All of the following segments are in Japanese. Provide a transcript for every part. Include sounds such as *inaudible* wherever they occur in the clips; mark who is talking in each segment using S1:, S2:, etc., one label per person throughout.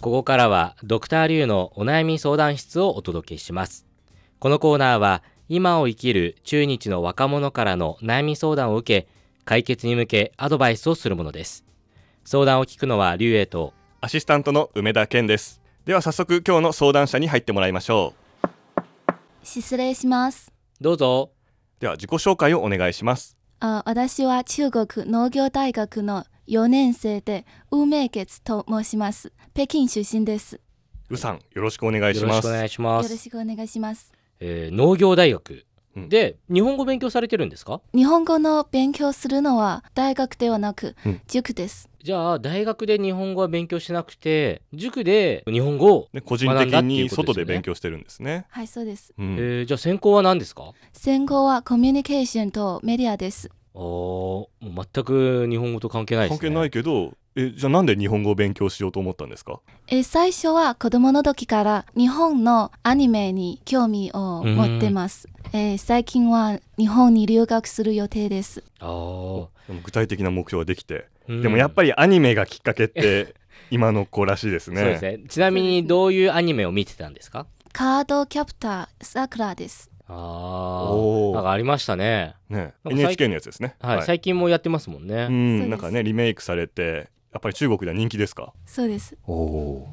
S1: ここからはドクターリュウのお悩み相談室をお届けしますこのコーナーは今を生きる中日の若者からの悩み相談を受け解決に向けアドバイスをするものです相談を聞くのはリュウエイと
S2: アシスタントの梅田健ですでは早速今日の相談者に入ってもらいましょ
S3: 失礼します。
S1: どうぞ
S2: うでは自己紹介をお願いします
S3: あ私は中国農業大学の4年生で、ウメイケツと申します。北京出身です。
S2: うさんよろしくお願いし
S1: よろ
S2: ま
S1: し
S2: す
S1: くお願いし
S3: よ
S1: ま
S3: ろ
S1: す
S3: しくお願いします。
S1: えー農業大学
S2: うん
S1: で日本語勉強されてるんですか
S3: 日本語の勉強するのは大学ではなく
S2: うん
S3: 塾です。
S1: じゃあ大学で日本語は勉強しなくて塾で日本語を、
S2: で個人
S1: 学んだっ
S2: 的
S1: ていう
S2: に
S1: ことですよね
S2: 外で勉強してるんですね
S3: はい、そうです。
S2: うん
S1: えーじゃあ専攻は何ですか
S3: 専攻はコミュニケーションとメディアです。
S1: あーもう全く日本語と関係ないです
S2: 関
S1: ね
S2: 係ないけどえじゃあなんで日本語を勉強しようと思ったんですか
S3: え最初は子供の時から日本のアニメに興味を持ってます。えー最近は日本に留学する予定です。
S1: あー
S2: でも具体的な目標ができて、
S1: うん
S2: でもやっぱりアニメがきっかけって
S1: *laughs*
S2: 今の子らしいですね
S1: そうですねちなみ
S3: そうです
S1: に
S3: ね
S1: どういうアニメを見てたんですか
S3: カードキャプターさくらです。
S1: あ
S2: お
S1: あ
S2: ー
S1: なんかありましたね
S2: ね
S1: なんか最
S2: NHK のやつですね
S1: はい、最近もやってますもんね、
S2: うん
S3: そうです
S2: なんかねリメイクされてやっぱり中国では人気ですか
S3: そうです。
S2: おお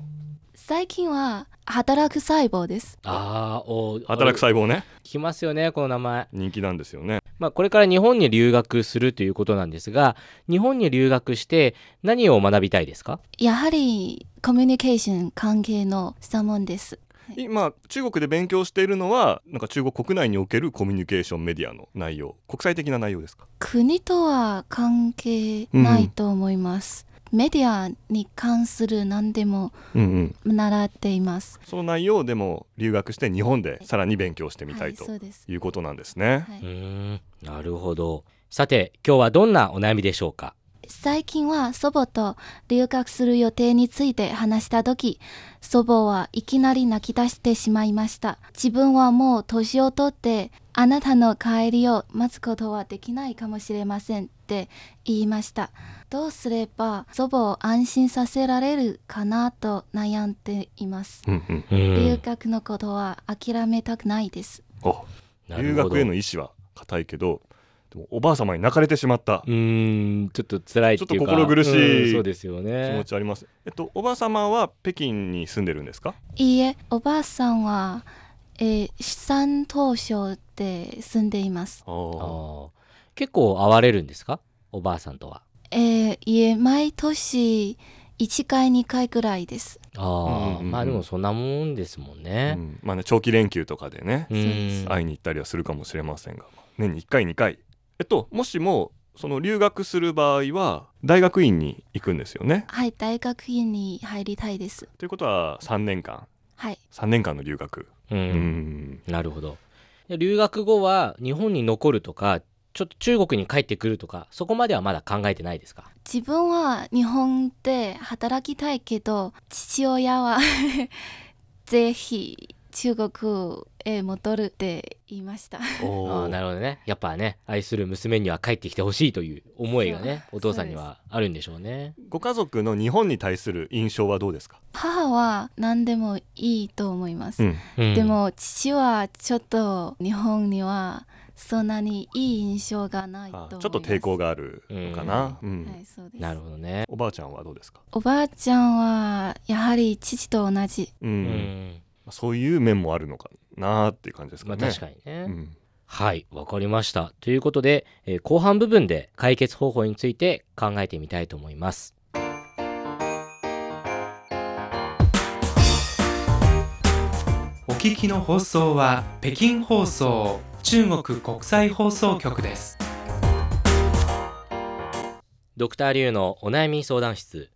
S3: 最近は働く細胞です。
S1: ああおー
S2: 働く細胞ね
S1: 聞きますよねこの名前
S2: 人気なんですよね
S1: まあ、これから日本に留学するということなんですが日本に留学して何を学びたいですか
S3: やはりコミュニケーション関係の質問です。
S2: 今中国で勉強しているのはなんか中国国内におけるコミュニケーションメディアの内容国際的な内容ですか
S3: 国とは関係ないと思います。メディアに関する何でも
S2: うんうん
S3: 習っています。
S2: その内容をでも留学して日本でさらに勉強してみた
S3: はいい、
S2: と
S3: そうです。
S2: いうことなんですね、
S3: はいう
S1: ーんなるほどさて今日はどんなお悩みでしょうか
S3: 最近は祖母と留学する予定について話した時祖母はいきなり泣き出してしまいました自分はもう年を取ってあなたの帰りを待つことはできないかもしれませんって言いましたどうすれば祖母を安心させられるかなと悩んでいます
S2: うんうん
S1: う
S3: 留
S1: ん
S3: 学のことは諦めたくないです
S2: お
S1: なる
S2: 留
S1: ほど
S2: 学への意思は固いけどでもおばあ様に泣かれてしまった
S1: うーんちょっと辛いっていうか
S2: ちょっと心苦しい
S1: うんそうですよ
S2: 気持
S1: ね
S2: ちあります、えっとおばあ様は北京に住んでるんですか
S3: いいえおばあさんは、えー、山東省で住んでいます
S2: あ
S1: あ
S2: ー
S1: ー結構会われるんですかおばあさんとは
S3: えー、いえ毎年1回2回くらいです
S1: あ
S2: うんう
S1: あ、
S2: んうんうん
S1: まあでもそんなもんですもん
S2: う
S1: ね、
S2: んまあね長期連休とかでね
S1: うん
S3: そう
S2: 会いに行ったりはするかもしれませんが年に1回2回えっともしもその留学する場合は大学院に行くんですよね
S3: はい大学院に入りたいです
S2: ということは3年間
S3: はい
S2: 3年間の留学
S1: うん
S2: うん
S1: なるほどで留学後は日本に残るとかちょっと中国に帰ってくるとかそこまではまだ考えてないですか
S3: 自分は日本で働きたいけど父親は *laughs* ぜひ中国へ戻るって言いました
S1: あ
S2: お
S1: あな
S2: ー
S1: るほどねやっぱね愛する娘には帰ってきてほしいという思いがね
S3: そう
S1: お父さんにはあるんでしょうね
S2: ご家族の日本に対する印象はどうですか、
S3: 母は何でもいいと思います、
S2: ん、
S1: うん
S3: でも父はちょっと日本にはそんなにいい印象がないと
S2: あ
S3: 思い
S2: ちょ
S3: ま
S2: っ
S3: す
S2: と抵抗があるのかな、うん
S3: はいそうです
S1: なるほどね
S2: おばあちゃんはどうですか、
S3: おばあちゃんはやはり父と同じ
S2: うん
S1: うん
S2: そういう面もあるのかなっていう感じです
S1: ま
S2: か
S1: あ
S2: ね、
S1: 確かにね、
S2: うん
S1: はいわかりましたということで、えー後半部分で解決方法について考えてみたいと思います
S4: お聞きの放送は北京放送中国国際放送局です。
S1: ドクターリュウのお悩み相談室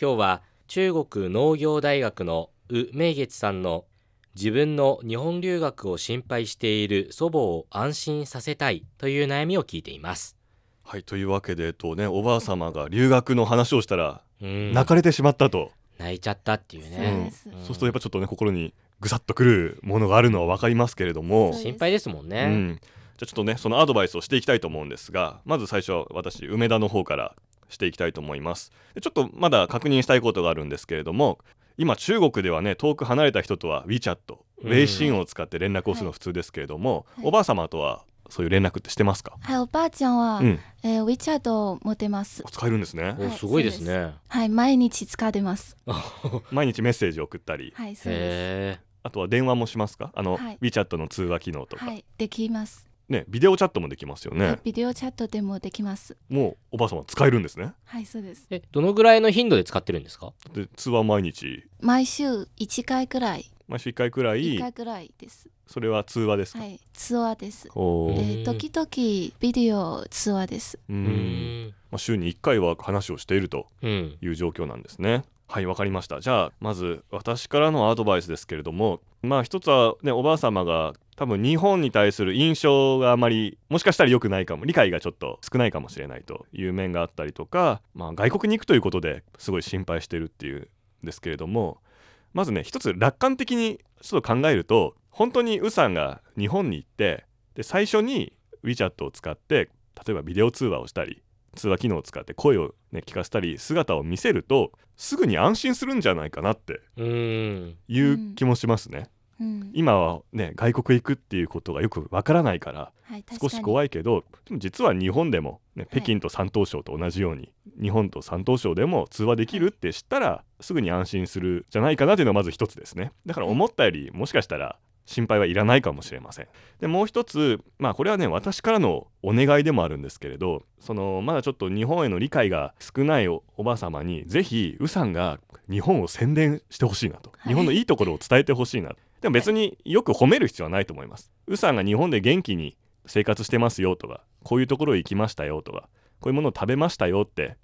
S1: 今日は中国農業大学のウ・メイゲツさんの自分の日本留学を心配している祖母を安心させたいという悩みを聞いています。
S2: はいというわけで、えっとね、おばあ様が留学の話をしたら
S1: うん
S2: 泣かれてしまったと、
S1: 泣いちゃったっていう
S3: そうで
S1: ね。
S3: す、
S1: うん
S2: そうするとやっぱちょっとね心にぐさっとくるものがあるのは分かりますけれども、
S3: そう
S1: 心配ですもん
S2: う
S1: ね。
S2: ん、じゃあちょっとねそのアドバイスをしていきたいと思うんですがまず最初は私梅田の方からしていきたいと思いますでちょっとまだ確認したいことがあるんですけれども今中国ではね遠く離れた人とは WeChat ウ
S1: うん
S2: ェイシンを使って連絡をするの普通ですけれども、
S3: はい
S2: おばあ様とはそういう連絡ってしてますか、
S3: はい、おばあちゃんは、
S2: うん
S3: えー、ウィチャードを持ってます。
S2: 使えるんですね
S3: い
S1: おすごいですね。
S3: はい、毎日使ってます。
S2: 毎日メッセージを送ったり
S3: はい、そうで
S1: へ
S2: あとは電話もしますかあの、
S3: はい
S2: WeChat の通話機能と
S3: す。
S2: か、
S3: はい、できます、
S2: ねビデオチャットもできますよね、
S3: はいビデオチャットでもできます。
S2: もうおばあ様使えるんですね
S3: はい、そうです。
S1: え。え、どのぐらいの頻度で使ってるんですか。
S2: で通話毎日
S3: 毎週一回くらい、
S2: 毎週1回くら
S3: 一
S2: い
S3: 回くらいです。
S2: それは通話ですか、
S3: はい、ツアーです。
S2: お
S3: え
S2: ー
S3: ー、時々ビデオツアーです。
S2: う
S1: うんん。
S2: まあ、週に1回は話をしていると
S1: うん。
S2: いう状況なんですね。はいわかりましたじゃあまず私からのアドバイスですけれどもまあ一つはねおばあ様が多分日本に対する印象があまりもしかしたら良くないかも理解がちょっと少ないかもしれないという面があったりとか、まあ、外国に行くということですごい心配してるっていうんですけれどもまずね一つ楽観的にちょっと考えると本当にウさんが日本に行ってで最初に WeChat を使って例えばビデオ通話をしたり通話機能を使って声を、ね、聞かせたり姿を見せるとすぐに安心するんじゃないかなって
S1: うん。
S2: いう気もしますね、
S3: うん、
S2: 今はね外国へ行くっていうことがよくわからないから
S3: はい、確か
S2: 少し
S3: に
S2: 怖いけどでも実は日本でも、ね、
S3: はい
S2: 北京と山東省と同じように、日本と山東省でも通話できるって知ったらすぐに安心するじゃないかなというのがまず一つですねだから思ったよりもしかしたら心配はいらないかもしれませんでもう一つまあこれはね私からのお願いでもあるんですけれどそのまだちょっと日本への理解が少ないおおばあ様にぜひウさんが日本を宣伝してほしいなと、
S3: はい
S2: 日本のいいところを伝えてほしいなでも別によく褒める必要はないと思いますウさんが日本で元気に生活してますよとかこういうところ行きましたよとかこういうものを食べましたよって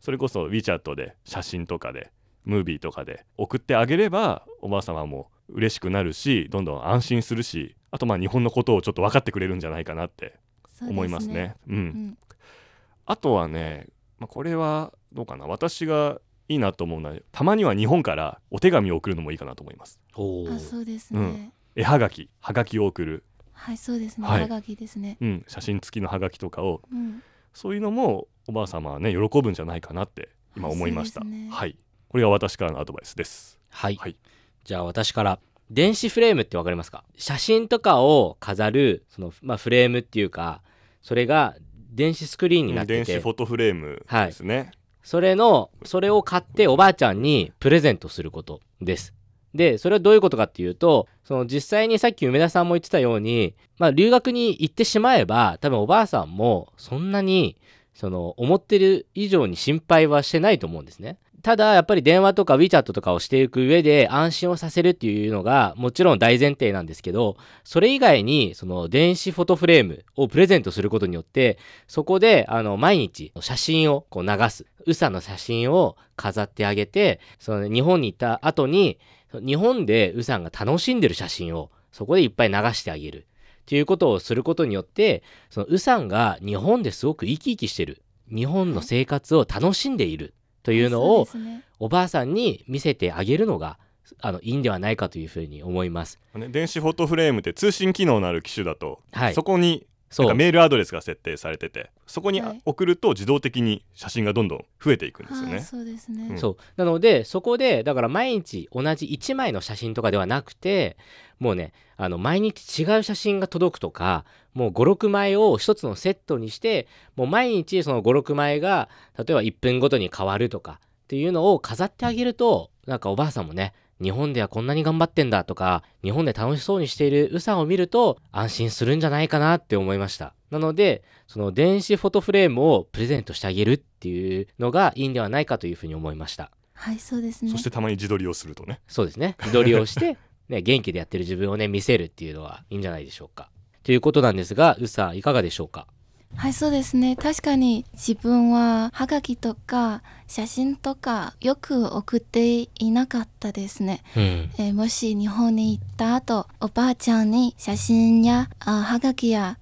S2: それこそ WeChat で写真とかでムービーとかで送ってあげればおばあ様も嬉しくなるしどんどん安心するしあとまあ日本のことをちょっと分かってくれるんじゃないかなって
S3: そうで
S2: 思いますね。う、
S3: うんん、
S2: あとはね、まあ、これはどうかな私がいいなと思うのはたまには日本からお手紙を送るのもいいかなと思います。
S1: おお。
S3: あ、そうですね。
S2: うん絵はがきはがきを送る、
S3: はい、そうですね。
S2: はい
S3: はがきですね。
S2: うん、写真付きのはがきとかを
S3: うん、
S2: そういうのもおばあ様はね喜ぶんじゃないかなって今思いました、
S3: そうですね
S2: はいこれが私からのアドバイスです
S1: はい、
S2: はい
S1: じゃあ私から電子フレームってわかりますか写真とかを飾るその、まあ、フレームっていうかそれが電子スクリーンになって
S2: 電子
S1: て
S2: フォトフレームですね、
S1: それのそれを買っておばあちゃんにプレゼントすることですでそれはどういうことかっていうとその実際にさっき梅田さんも言ってたように、まあ、留学に行ってしまえば多分おばあさんもそんなにその思ってる以上に心配はしてないと思うんですね。ただやっぱり電話とか WeChat とかをしていく上で安心をさせるっていうのがもちろん大前提なんですけどそれ以外にその電子フォトフレームをプレゼントすることによってそこであの毎日写真をこう流すウサの写真を飾ってあげてその日本に行った後に日本でウサが楽しんでる写真をそこでいっぱい流してあげるっていうことをすることによってそのウサが日本ですごく生き生きしてる日本の生活を楽しんでいると
S3: と
S1: いうのを
S3: そうですね。
S1: おばあさんに見せてあげるのがあのいいんではないかというふうに思います。
S2: ね電子フォトフレームって通信機能のある機種だと、
S1: はい、
S2: そこに
S1: そ
S2: なん
S1: う
S2: かメールアドレスが設定されててそこに
S3: はい
S2: 送ると自動的に写真がどんどん増えていくんですよ
S3: は
S2: ね、
S3: い、そうですね。
S2: うん
S1: そうなのでそこでだから毎日同じ1枚の写真とかではなくてもうねあの毎日違う写真が届くとかもう56枚を1つのセットにしてもう毎日その56枚が例えば1分ごとに変わるとかっていうのを飾ってあげるとなんかおばあさんもね日本ではこんなに頑張ってんだとか日本で楽しそうにしているウさんを見ると安心するんじゃないかなって思いましたなのでその電子フォトフレームをプレゼントしてあげるっていうのがいいんではないかというふうに思いました
S3: はい、そうですね。
S2: そしてたまに自撮りをするとね
S1: そうですね自撮りをして
S2: *laughs*
S1: ね元気でやってる自分をね見せるっていうのはいいんじゃないでしょうかということなんですがウさんいかがでしょうか
S3: はい、そうですね。確かに自分ははがきとか写真とかよく送っていなかったですね。
S1: うん
S3: えーもし日本に行った後、おばあちゃんに写真やあはがきや、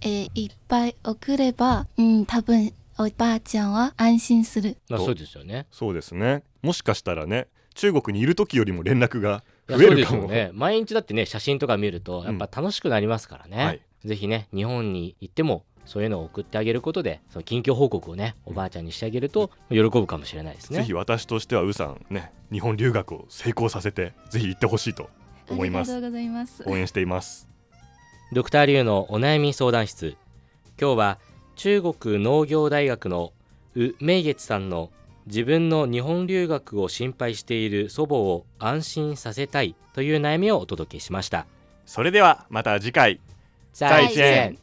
S3: えーいっぱい送れば、うん、多分おばあちゃんは安心する。
S1: まあ
S2: と
S1: そうですよね
S2: そうですねもしかしたらね中国にいる時よりも連絡が
S1: いや
S2: 増え
S1: そうで
S2: る
S1: す
S2: か
S1: よ
S2: も、
S1: ね毎日だってね写真とか見るとやっぱ楽しくなりますからね、
S2: はい
S1: ぜひね日本に行ってもそういうのを送ってあげることでその近況報告をねおばあちゃんにしてあげると喜ぶかもしれないですね。
S2: ぜひ私としてはウーさんね日本留学を成功させてぜひ行ってほしいと思いま
S3: あり
S2: す
S3: がとうございます。
S2: 応援しています
S1: ドクターリュウのお悩み相談室今日は中国農業大学のウ・メイゲツさんの自分の日本留学を心配している祖母を安心させたいという悩みをお届けしました。
S2: それではまた次回再
S3: 见